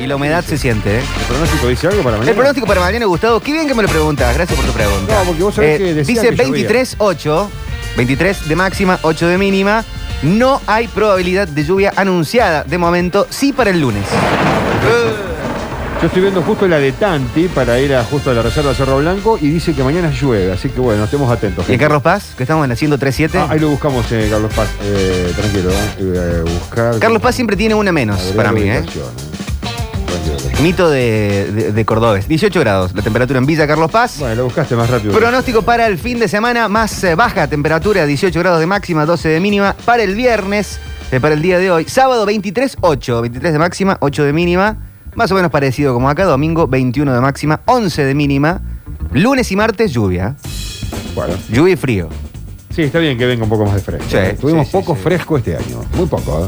Y la humedad se siente, ¿eh? ¿El pronóstico dice algo para mañana? El pronóstico para mañana, Gustavo, qué bien que me lo preguntas. Gracias por tu pregunta. No, porque vos sabés que decían Eh, Dice que llovía. 23-8, 23 de máxima, 8 de mínima. No hay probabilidad de lluvia anunciada de momento, sí para el lunes. Yo estoy viendo justo la de Tanti para ir a justo a la reserva de Cerro Blanco y dice que mañana llueve, así que bueno, estemos atentos. ¿Y en gente. Carlos Paz? Que estamos en la 103.7. Ah, ahí lo buscamos, eh, Carlos Paz. Eh, tranquilo, eh. Eh, buscar. Carlos Paz siempre tiene una menos Agregar para mí, ¿eh? ubicación, Tranquilo, eh. tranquilo. Mito de, de, de Cordobés. 18 grados, la temperatura en Villa Carlos Paz. Bueno, lo buscaste más rápido. Pronóstico para el fin de semana, más eh, baja temperatura, 18 grados de máxima, 12 de mínima. Para el viernes, eh, para el día de hoy, sábado 23, 8, 23 de máxima, 8 de mínima. Más o menos parecido como acá, domingo 21 de máxima, 11 de mínima. Lunes y martes, lluvia. Bueno. Lluvia y frío. Sí, está bien que venga un poco más de fresco. Sí, ¿eh? Tuvimos sí, sí, poco sí. fresco este año. Muy poco,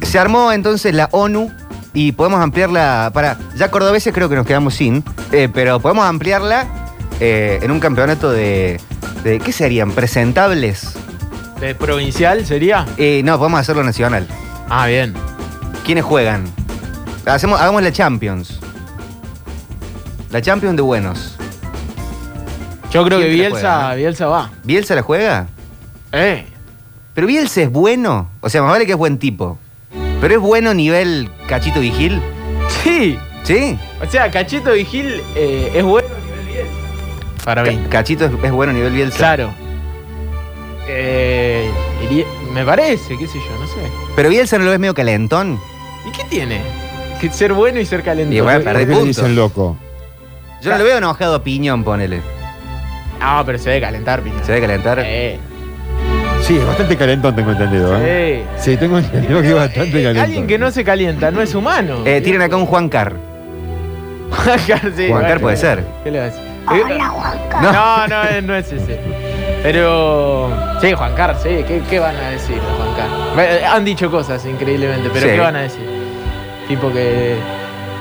¿eh? Se armó entonces la ONU y podemos ampliarla para. Ya cordobeses creo que nos quedamos sin, eh, pero podemos ampliarla eh, en un campeonato de, de- ¿Qué serían? ¿Presentables? ¿De provincial sería? Eh, no, podemos hacerlo nacional. Ah, bien. ¿Quiénes juegan? Hacemos, hagamos la Champions. La Champions de buenos. Yo creo que Siempre Bielsa, juega, ¿eh? Bielsa va. ¿Bielsa la juega? Eh. Pero Bielsa es bueno. O sea, más vale que es buen tipo. Pero es bueno nivel cachito vigil. Sí. ¿Sí? O sea, Cachito Vigil eh, es bueno a nivel Bielsa. Para mí. Ca- Cachito es, es bueno nivel Bielsa. Claro. Eh, iría- me parece, qué sé yo, no sé. Pero Bielsa no lo ves medio calentón. ¿Y qué tiene? Que ser bueno y ser calentón. Uh, Y bueno, ¿Por perdí qué le puntos. dicen loco? Yo no lo veo enojado a Piñón, ponele. Ah, pero se debe calentar, Piñón. Se debe calentar. Eh, Sí, es bastante calentón, tengo entendido, ¿eh? eh. Sí, tengo entendido que es bastante Eh, calentón. Alguien que no se calienta, no es humano. Eh, tiren acá un Juan Car. Juan Carlos, sí, Juan bueno. Car puede ser. ¿Qué le vas a decir? No, no, eh, no es ese. Pero. Sí, Juan Carlos, sí. ¿Qué, qué van a decir de Juan Carlos? Eh, Han dicho cosas increíblemente, pero Sí. ¿qué van a decir? Tipo que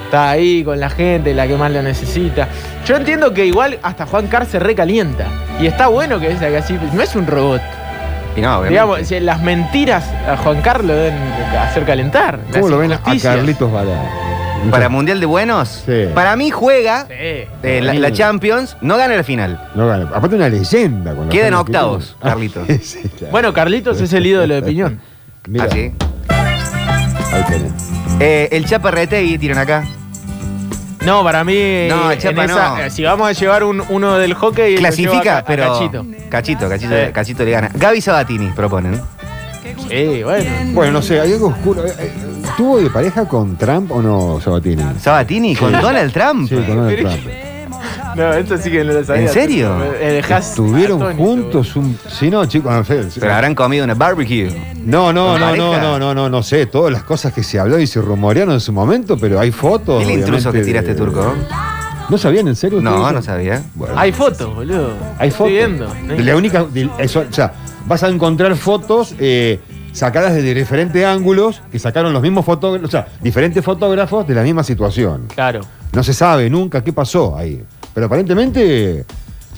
está ahí con la gente, la que más lo necesita. Yo entiendo que igual hasta Juan Carlos se recalienta. Y está bueno que sea que así. No es un robot. Y no, obviamente. Digamos, si las mentiras a Juan Carlos lo deben hacer calentar. ¿Cómo Las lo ven a injusticias. Carlitos Balá? Para Mundial de Buenos, Sí. para mí juega Sí. eh, la, la Champions, no gana la final. No gana. Aparte una leyenda. Con la Queda en fama que octavos, tiene. Carlitos. Sí, claro. Bueno, Carlitos es el ídolo de Piñón. Mira, Así. Ahí tenés. Eh, el Chapa Retegui, tiran acá. No, para mí. No, en Chapa, esa- no. eh, Si vamos a llevar un- uno del hockey. lo llevo a- Clasifica, a pero. Cachito. Cachito, Cachito, Sí. Cachito le gana. Gaby Sabatini proponen. Sí, bueno. Bueno, no sé, hay algo oscuro. Eh, eh, ¿Tuvo de pareja con Trump o no, Sabatini? ¿Sabatini con Donald Trump? Sí, con Donald Pero- Trump. No, esto sí que no lo sabía. ¿En serio? Eh, dejás Estuvieron atónito. juntos un. Sí, no, chicos. no sé. Pero habrán comido una barbecue. No, no, ¿Con no, pareja? no, no, no, no, no sé. Todas las cosas que se habló y se rumorearon en su momento, pero hay fotos. ¿Y el intruso obviamente, que tiraste, de- turco? ¿No sabían en serio? No, ustedes? no sabía. Bueno. Hay fotos, boludo. Hay Estoy fotos. viendo. La única. Eso, o sea, vas a encontrar fotos eh, sacadas desde diferentes ángulos que sacaron los mismos fotógrafos, o sea, diferentes fotógrafos de la misma situación. Claro. No se sabe nunca qué pasó ahí. Pero aparentemente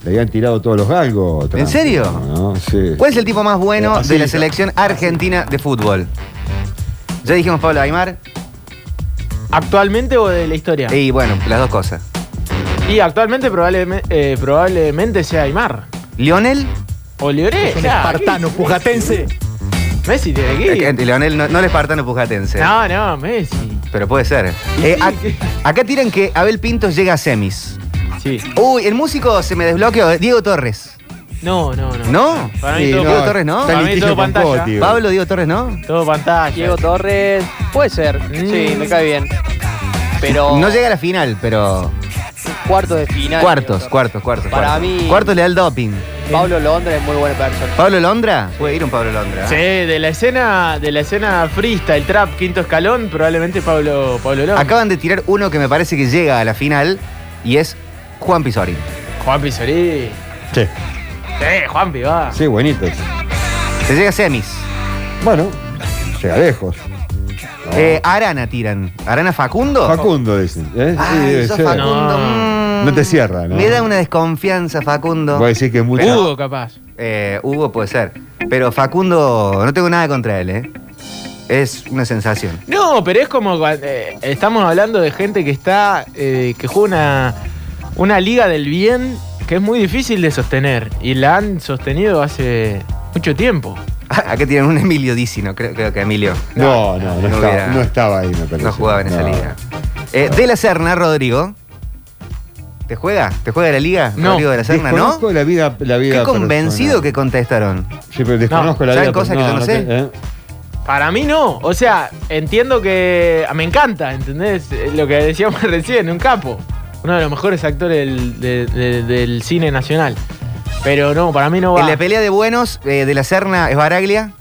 le habían tirado todos los galgos. Trump. ¿En serio? Pues- No, sí. ¿Cuál es el tipo más bueno Así de la está. selección argentina de fútbol? Ya dijimos Pablo Aymar. ¿Actualmente o de la historia? Y bueno, las dos cosas. Y actualmente probablemente, probablemente sea Aymar. Lionel. O Lioré. Un espartano, pujatense. Messi tiene que Eh, ir. Lionel no, no el espartano pujatense. No, no, Messi. Pero puede ser. Y Eh, sí, ac- que- acá tiran que Abel Pintos llega a semis. Sí. Uy, el músico se me desbloqueó. eh, Diego Torres. No, no, no. ¿No. Para mí Sí, todo, no. Diego Torres, ¿no? está en Para mí litigio todo con pantalla. Coti, boludo. Pablo Diego Torres, ¿no. todo pantalla. Diego Torres, puede ser, sí, me cae bien. Pero No llega a la final, pero. cuartos de final. Cuartos, Diego Torres. cuartos, cuartos. Para cuartos. mí- Cuartos le da el doping. Pablo Londra es muy buena persona. ¿Pablo Londra? Puede ir un Pablo Londra. ¿eh? Sí, de la escena, de la escena freestyle, trap, quinto escalón, probablemente Pablo, Pablo Londra. Acaban de tirar uno que me parece que llega a la final y es Juan Pizorín. Juan Pizorí. Sí, Sí, Juan va. sí, buenitos. Se llega a semis. Bueno, llega lejos. No. Eh, Arana tiran. ¿Arana Facundo? Facundo, dicen. ¿eh? Ay, Sí, debe sos ser. Facundo. No. mm. No te cierra, ¿no? Me da una desconfianza, Facundo. Voy a decir que es mucho. Hugo, capaz. Eh, Hugo puede ser. Pero Facundo, no tengo nada contra él, ¿eh? Es una sensación. No, pero es como cua- eh, estamos hablando de gente que está eh, que juega una una liga del bien que es muy difícil de sostener y la han sostenido hace mucho tiempo. Acá tienen un Emilio Dicino, creo, creo que Emilio No, no, no, No estaba, hubiera- no estaba ahí, me parece. no jugaba en esa No. liga. Eh, de la Serna, Rodrigo. ¿Te juega? ¿Te juega de la liga? No. Rodrigo de la Serna, ¿no? Desconozco la vida, la vida Qué convencido personal. que contestaron. Sí, pero desconozco la ¿saben vida. cosas que yo no sé? te- ¿eh? Para mí no, o sea, entiendo que ah, me encanta, ¿entendés? Eh, Lo que decíamos recién, un capo, uno de los mejores actores del, de- de- del cine nacional. Pero no, para mí no va. En la pelea de buenos, eh, de la Serna es Baraglia.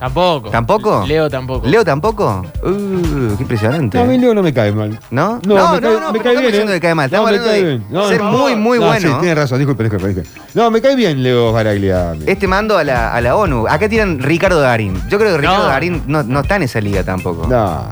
Tampoco. ¿Tampoco? Leo tampoco. ¿Leo tampoco? Uh, qué impresionante. No, a mí Leo no me cae mal. ¿No? No, pero me cae- me cae estamos bien, diciendo ¿eh? que cae mal. Estamos No, me hablando cae de bien. No, ser por muy, muy No, Sí, bueno. tiene razón, disculpe, disculpe, disculpe. No, me cae bien Leo Baraglia. a mí. este mando a la, a la ONU. Acá tiran Ricardo Darín. Yo creo que Ricardo No. Darín no, no está en esa liga tampoco. No.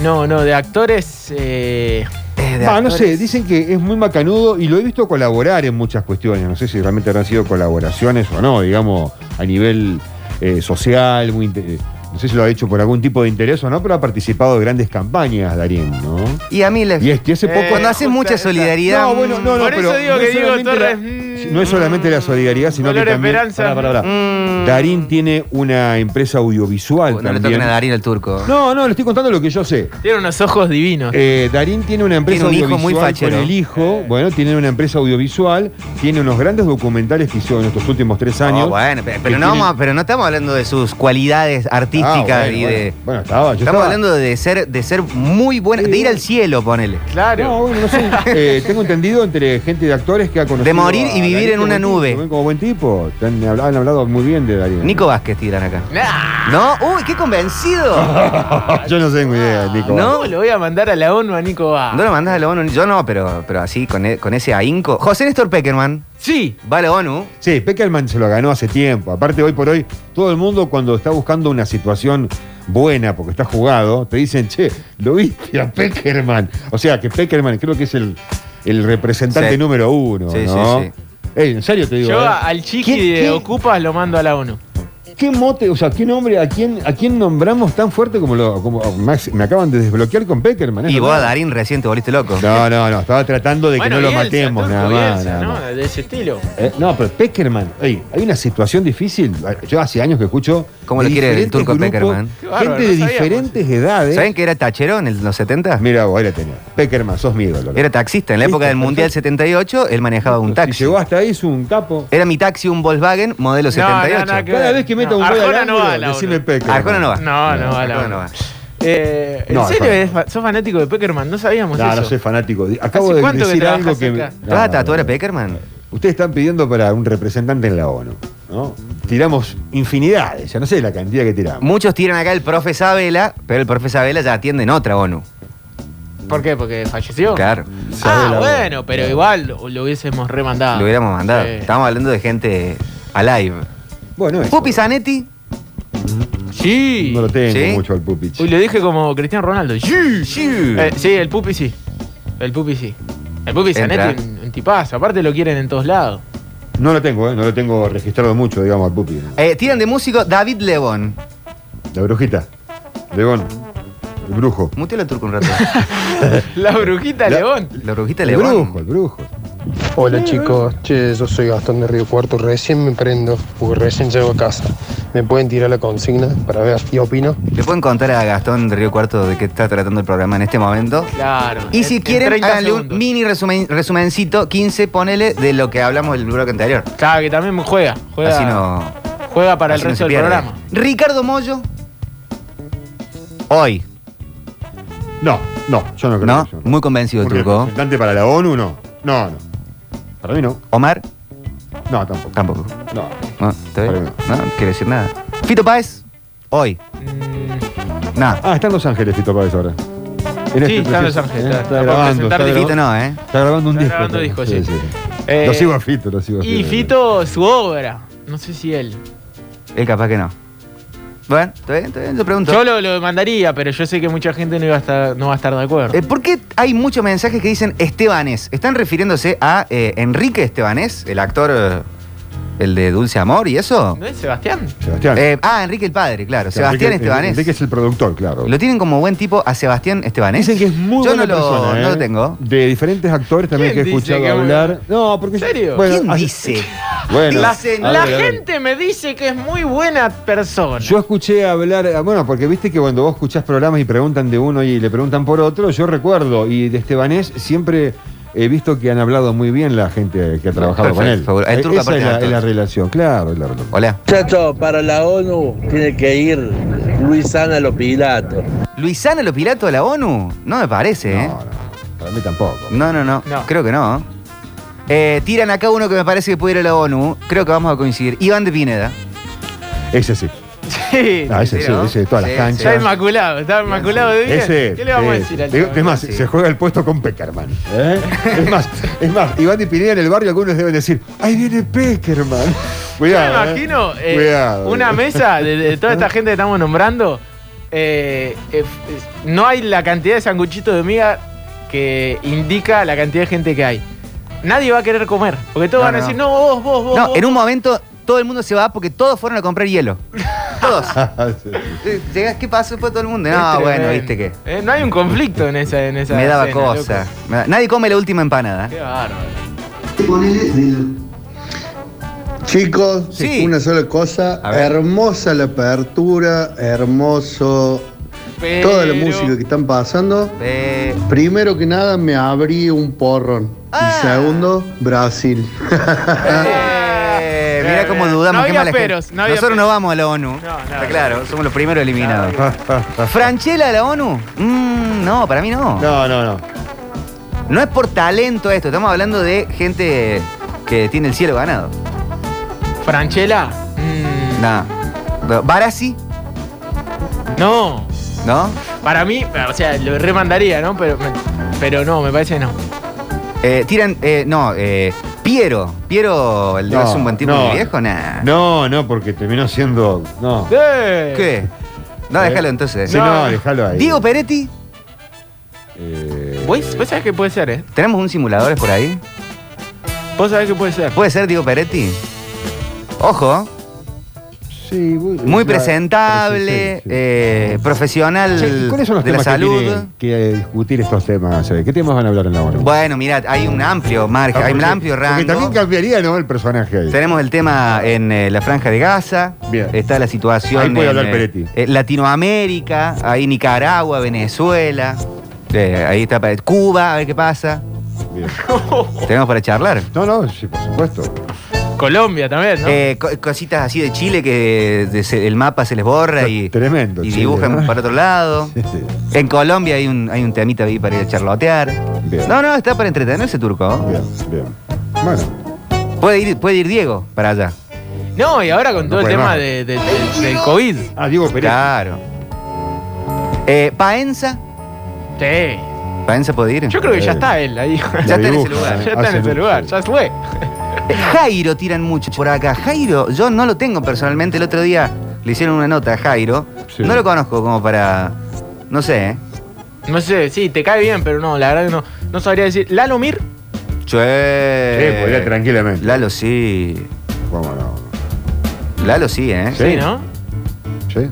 No, no, de actores. eh, Es de Ah, no sé, actores. dicen que es muy macanudo y lo he visto colaborar en muchas cuestiones. No sé si realmente habrán sido colaboraciones o no, digamos, a nivel eh, social. Muy inte- eh, no sé si lo ha hecho por algún tipo de interés o no, pero ha participado de grandes campañas, Darín, ¿no? Y a mí les... Y, es- y hace Eh, poco. Cuando haces justa mucha esa. solidaridad... No, bueno, no, no, Por pero eso digo no que es Diego solamente Torres, la- mm, no es solamente la solidaridad, sino Color que también. Esperanza. Pará, pará, pará. Mm. Darín tiene una empresa audiovisual. No le también. toquen a Darín el turco. No, no, le estoy contando lo que yo sé. tiene unos ojos divinos. Eh, Darín tiene una Tiene empresa un hijo audiovisual muy fachero. Eh. con el hijo. Bueno, tiene una empresa audiovisual, tiene unos grandes documentales que hizo en estos últimos tres Oh, años. bueno, pe- pero que no, tiene- vamos a- pero no estamos hablando de sus cualidades Ah, artísticas bueno, y bueno. de... Bueno, estaba, yo Estamos estaba- hablando de ser, de ser muy buena, Sí, de ir bueno. al cielo, ponele. claro. No, bueno, no sé. Eh, tengo entendido entre gente de actores que ha conocido. De morir y a vivir Darín en como una tipo, nube. ven Como buen tipo. Te Han hablado, han hablado muy bien de Darín. Nico Vázquez tiran acá. Nah, ¿No? ¡Uy, qué convencido! yo no tengo idea, Nico. No. ¿No? lo voy a mandar a la ONU a Nico Vaz. ¿No lo mandás a la ONU? Yo no, pero, pero así, con, e- con ese ahínco. José Néstor Peckerman Sí. va a la ONU. Sí, Peckerman se lo ganó hace tiempo. Aparte, hoy por hoy, todo el mundo cuando está buscando una situación buena porque está jugado, te dicen, che, lo viste a Peckerman. O sea, que Peckerman creo que es el, el representante Sí. número uno, Sí, sí, ¿no? sí. Ey, en serio te digo. Yo ¿eh? a- al chiqui ¿Quién- de qué- Ocupas lo mando a la ONU. ¿Qué mote, o sea, qué nombre, a quién, a quién nombramos tan fuerte como lo. Como, oh, Max, me acaban de desbloquear con Peckerman. ¿eh? Y ¿No? vos a Darín recién te volviste loco. No, no, no, estaba tratando de Bueno, que no lo Bielsa, matemos, Turco nada más. Bielsa, nada ¿no? más. De ese estilo. Eh, no, pero Peckerman, ey, hay una situación difícil. Yo hace años que escucho. ¿Cómo de lo quiere el diferentes turco grupos, Peckerman? Qué bárbaro, gente no de sabíamos. diferentes edades. ¿Saben que era tachero en el- los 70? Mira, vos, ahí la tenés. Peckerman, sos mi ídolo. Era taxista. En la época Listo, del Mundial perfecto. 78, él manejaba un Si taxi. llegó hasta ahí, es un capo. Era mi taxi un Volkswagen modelo No, no, 78. nada que Cada ver. vez que meta No, un gol al Arjona no ángulo, va a la decime ONU. Peckerman. Arjona no va. No, no, a la Arjona ONU. no va. Eh, ¿En No, serio Arjona. eres fa- sos fanático de Peckerman? No sabíamos No, eso. no soy fanático. Acabo de cuánto que decir trabajás algo que. acá? No, ¿Te vas a tatuar no, a no. Peckerman? Ustedes están pidiendo para un representante en la ONU. ¿no? Tiramos infinidades, ya no sé la cantidad que tiramos. Muchos tiran acá el profe Sabela, pero el profe Sabela ya atiende en otra ONU. ¿Por qué? ¿Porque falleció? Claro. Ah, Sabela, bueno, bueno. pero igual lo, lo hubiésemos remandado. Lo hubiéramos mandado. Ah, Sí. Estábamos hablando de gente alive. Bueno, eso. Pupi Zanetti, Sí. No lo tengo ¿Sí? mucho al Pupi. Uy, lo dije como Cristiano Ronaldo. Sí. Eh, sí, el pupi sí. El pupi sí. El pupi Entra. Zanetti un, un tipazo. Aparte lo quieren en todos lados. No lo tengo, ¿eh? no lo tengo registrado mucho, digamos, al pupi. eh, tiran de músico David Lebón. La brujita. León. El brujo. Mutela turco un rato. La brujita La- León. La brujita El brujo, Lebón. el brujo. Hola chicos, che, yo soy Gastón de Río Cuarto, recién me prendo, porque recién llego a casa. ¿Me pueden tirar la consigna para ver qué opino? Le pueden contar a Gastón de Río Cuarto de qué está tratando el programa en este momento. Claro. Y si En- en quieren, 30 háganle un segundos. mini resumen, resumencito, 15, ponele, de lo que hablamos del bloque anterior. Claro, que también juega. Juega, Así no. juega para así el no se resto del pierde. programa. Ricardo Mollo. Hoy, No, no, yo no creo. ¿no? que yo no. Muy convencido, Un Turco. representante para la ONU, no. No, no. Para mí no. Omar, No, tampoco. tampoco. No. No, ¿está bien? Para mí No, no quiero decir nada. Fito Páez, hoy. Mm, Nada. Ah, está en Los Ángeles, Fito Páez ahora. Sí, está en Los Ángeles, Está, está- está por grabando. presentar Está, de Fito grabando, no, ¿eh? está grabando un Está disco. este. grabando creo. disco, sí. lo eh, sigo a Fito, lo sigo a Fito. Y Fito, su obra. No sé si él. Él capaz que no. Bueno, está bien, está bien, lo pregunto. Yo lo, lo demandaría, pero yo sé que mucha gente no, iba a estar, no va a estar de acuerdo. Eh, ¿Por qué hay muchos mensajes que dicen Estebanés? ¿Están refiriéndose a eh, Enrique Estebanés, el actor eh, ¿El de Dulce Amor y eso? ¿No es Sebastián? Sebastián. Eh, ah, Enrique el padre, claro. Sebastián Enrique- Estebanés. Enrique es el productor, claro. Lo tienen como buen tipo a Sebastián Estebanés. Dicen que es muy Yo no buena lo, persona, ¿eh? no lo tengo. De diferentes actores también que he ¿Quién dice escuchado que es hablar. No, porque. ¿En serio? Bueno, ¿Quién hace- dice? Bueno, La- a ver, la La a ver. gente me dice que es muy buena persona. Yo escuché hablar, ah, bueno, porque viste que cuando vos escuchás programas y preguntan de uno y le preguntan por otro, yo recuerdo, y de Estebanés siempre he visto que han hablado muy bien la gente que ha trabajado con Perfecto, él. favor. El Eh, turco Esa aparte es de la, actor. es la relación, claro, es la relación. Hola. Chacho, para la ONU tiene que ir Luisana Lopilato. ¿Luisana lo pilato de la ONU? No me parece, ¿eh? No, no, para mí tampoco. No, no, no. No. Creo que no. Eh, tiran acá uno que me parece que puede ir a la ONU. Creo que vamos a coincidir. Iván de Pineda. Ese sí. Sí. Ah, ese Sí, sí, ¿no? ese de todas Sí, las sí. Está canchas. inmaculado, está inmaculado de bien. Ese, eh, ¿Qué le ese. vamos a decir al Es- chaval? Es más, se juega el puesto con Peckerman. ¿eh? es más, es más, Iván de Pineda en el barrio algunos deben decir, ahí viene Peckerman. Yo me Cuidado. ¿eh? imagino eh, Cuidado. una mesa de, de toda esta gente que estamos nombrando. eh, eh, es- no hay la cantidad de sanguchitos de miga que indica la cantidad de gente que hay. Nadie va a querer comer, porque todos No, van a no, decir, no, vos, vos, vos. No, vos". en un momento todo el mundo se va porque todos fueron a comprar hielo. Todos. Sí, Eh, Llegás, ¿qué pasó? Fue todo el mundo. Es No, bueno, tremendo. viste que. Eh, no hay un conflicto en esa. En esa Me daba cena, cosa. loco. Me da- Nadie come la última empanada. Qué bárbaro. Chicos, Sí. una sola cosa, A ver. hermosa la apertura, hermoso Pero- toda la música que están pasando. Eh, Primero que nada me abrí un porrón. Ah. Y segundo, Brasil. eh, mirá cómo No dudamos. qué había mala gente. peros, no había Nosotros no peros. vamos a la ONU. no, Está no. claro, somos los primeros eliminados. Ah, No, ¿Franchella de la ONU? Mm, no, para mí no. no. No, no, no. es por talento esto. Estamos hablando de gente que tiene el cielo ganado. Franchella. mm, Nah. Barassi, no. ¿no? Para mí, o sea, lo remandaría, ¿no? Pero, pero no, me parece que no. Eh, tiran, eh, no, eh, Piero. Piero, el de No, es un buen tipo no. muy viejo, nah. No, no, porque terminó siendo. No. Eh. ¿Qué? No, Eh. déjalo entonces. Sí, no, déjalo ahí. Diego Peretti, Eh, Vos, vos sabés que puede ser, ¿eh? ¿tenemos un simulador por ahí? Vos sabés que puede ser. ¿Puede ser Diego Peretti? Ojo, sí, voy- muy la- presentable, sí, sí, sí. eh, profesional Che, ¿Cuáles son los de la temas que salud. tiene que discutir estos temas? eh? ¿Qué temas van a hablar en la ONU? Bueno, mirá, hay un amplio margen, hay un amplio Ah, Porque rango. también cambiaría, ¿no? El personaje ahí. Tenemos el tema en eh, la franja de Gaza. Bien. Está la situación Ahí puede en hablar eh, Peretti. eh, Latinoamérica, ahí Nicaragua, Venezuela. Eh, ahí está para- Cuba, a ver qué pasa. Bien. Tenemos para charlar. No, no, sí, por supuesto. Colombia también, ¿no? Eh, co- cositas así de Chile que de- se- el mapa se les borra y, Tremendo. y Chile, dibujan ¿no? para otro lado. Sí, sí. En Colombia hay un, hay un temita ahí para ir a charlotear. Bien. No, no, está para entretenerse turco. Bien, bien. Bueno, Puede ir, puede ir Diego para allá. no, y ahora con No todo el puede tema más. de- de- de- del COVID. Sí. ah, Diego Pérez. Claro. Eh, Paenza. Paenza puede ir. Yo creo que ya está él ahí. Ya Lo está en ese dibuja, lugar, ¿eh? ya está en Hace ese mucho. lugar, ya fue. Eh, Jairo tiran mucho por acá. Jairo, yo no lo tengo personalmente. El otro día le hicieron una nota a Jairo. Sí. No lo conozco como para. No sé, ¿eh? No sé, sí, te cae bien, pero no, la verdad que no, no sabría decir. Lalo Mir, Che. Eh, podría tranquilamente. Lalo sí. ¿Cómo no? Lalo sí, ¿eh? Sí. sí, ¿no? Sí.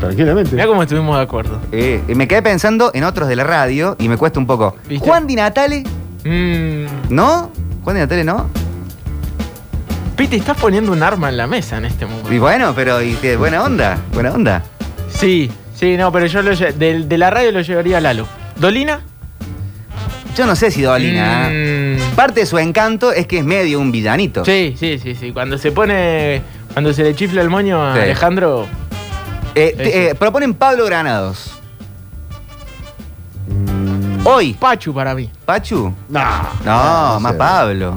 Tranquilamente. Mirá cómo estuvimos de acuerdo. Eh, y me quedé pensando en otros de la radio y me cuesta un poco. ¿Viste? Juan Di Natale, Mm, ¿no? Juan Di Natale, ¿no? Piti, estás poniendo un arma en la mesa en este momento. Y bueno, pero y qué buena onda, buena onda. Sí, sí, no, pero yo lo lle- del- de, la radio lo llevaría a Lalo. ¿Dolina? Yo no sé si Dolina. ¿eh? Mm, Parte de su encanto es que es medio un villanito. sí, sí, sí, sí. Cuando se pone. Cuando se le chifla el moño a Sí. Alejandro. Eh, te- Eso. eh, proponen Pablo Granados. Hoy, Pachu para mí. Pachu. No. No, no más sé. Pablo.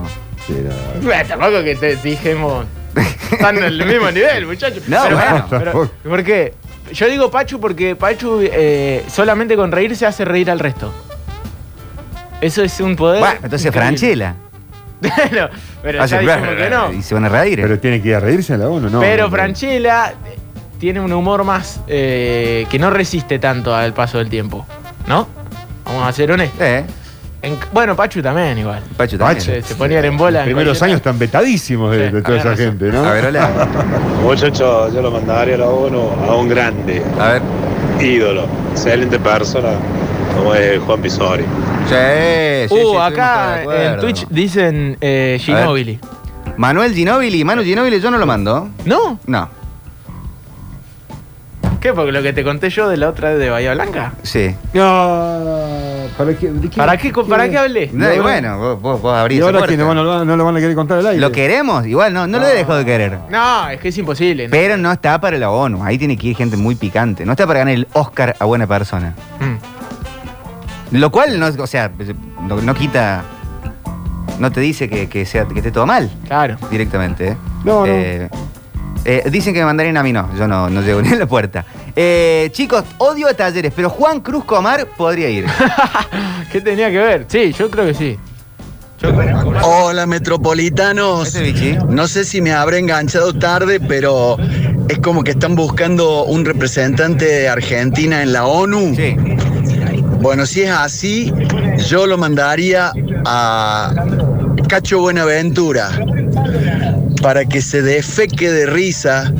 Sí, no. Bueno, tampoco que te dijimos. Están en el mismo nivel, muchachos. No, pero bueno, pero- tampoco. ¿Por qué? Yo digo Pachu porque Pachu eh, solamente con reírse hace reír al resto. Eso es un Eh, poder. Bueno, entonces increíble. Franchella. Bueno, pero Hace ya dijimos que no. Y se van a reír. Pero tiene que ir a reírse a la ONU, ¿no? Pero no, Franchella tiene un humor más eh, que no resiste tanto al paso del tiempo, ¿no? Vamos a ser honestos. Eh, En- bueno, Pachu también igual. Pachu también. Pachu. Se, se ponían en Los bola. en primeros cualquier- años están vetadísimos de, Sí, de toda había esa razón. gente, ¿no? A ver, hola. Muchachos, yo lo mandaría a la ONU a un grande, A ver. ídolo, excelente persona, como es Juan Pisori. Sí, sí, sí, Uh, estuvimos todos acá de acuerdo. en Twitch dicen eh, Ginobili. Manuel Ginóbili. Manu Ginóbili yo no lo mando. ¿No? No. ¿Qué? Porque lo que te conté yo de la otra de Bahía Blanca. Sí. No, ¿para qué, de qué- ¿Para qué, co- ¿Para qué hablé? No, y bueno, vos, vos, vos abrís Y esa ahora que puerta. no, van- no lo van a querer contar al aire. Ah. ¿Lo queremos? Igual no, no lo he dejado de querer. No, es que es imposible. ¿no? Pero no está para la ONU. Ahí tiene que ir gente muy picante. No está para ganar el Oscar a buena persona. Mm. Lo cual no, es- o sea, no, no quita. No te dice que, que sea, que esté todo mal Claro. directamente. ¿eh? No, no. Eh, eh, dicen que me mandarían a mí, no. Yo no, no llego ni a la puerta. Eh, chicos, odio a talleres, pero Juan Cruz Comar podría ir. ¿Qué tenía que ver? Sí, yo creo que sí. Hola metropolitanos. Ese bichi. No sé si me habré enganchado tarde, pero es como que están buscando un representante de Argentina en la ONU. Sí. Bueno, si es así, yo lo mandaría a Cacho Buenaventura para que se defeque de risa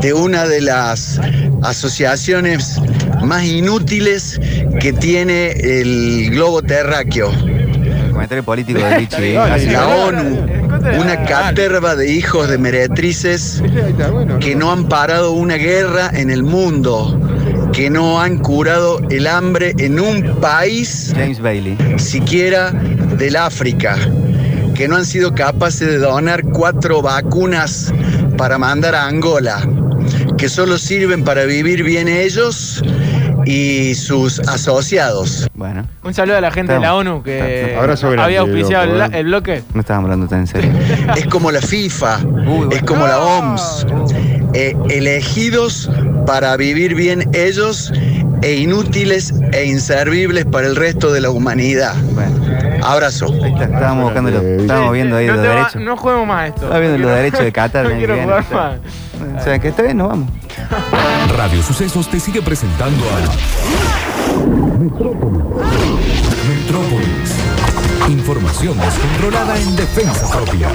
de una de las asociaciones más inútiles que tiene el globo terráqueo. El comentario político de bichi. Dale, Así- La dale. ONU, una caterva de hijos de meretrices Viste, ahí está, bueno. que no han parado una guerra en el mundo, que no han curado el hambre en un país James Bailey. siquiera del África, que no han sido capaces de donar cuatro vacunas para mandar a Angola, que solo sirven para vivir bien ellos y sus asociados. Bueno, Un saludo a la gente de la Estamos. ONU que Abrazo grande, había auspiciado loco, el la- eh. el bloque. no estábamos hablando tan en serio. Es como la FIFA, bueno. es como la OMS. eh, elegidos para vivir bien ellos e inútiles e inservibles para el resto de la humanidad. Bueno, Abrazo. ahí está, estábamos buscando lo- estábamos viendo ahí no los te va- derechos. No juguemos más esto. Estaba viendo No los quiero- derechos de Qatar. No bien, quiero bien, jugar está. más. O sea, que está bien, nos vamos. Radio Sucesos te sigue presentando a Metrópolis. Información descontrolada en defensa propia.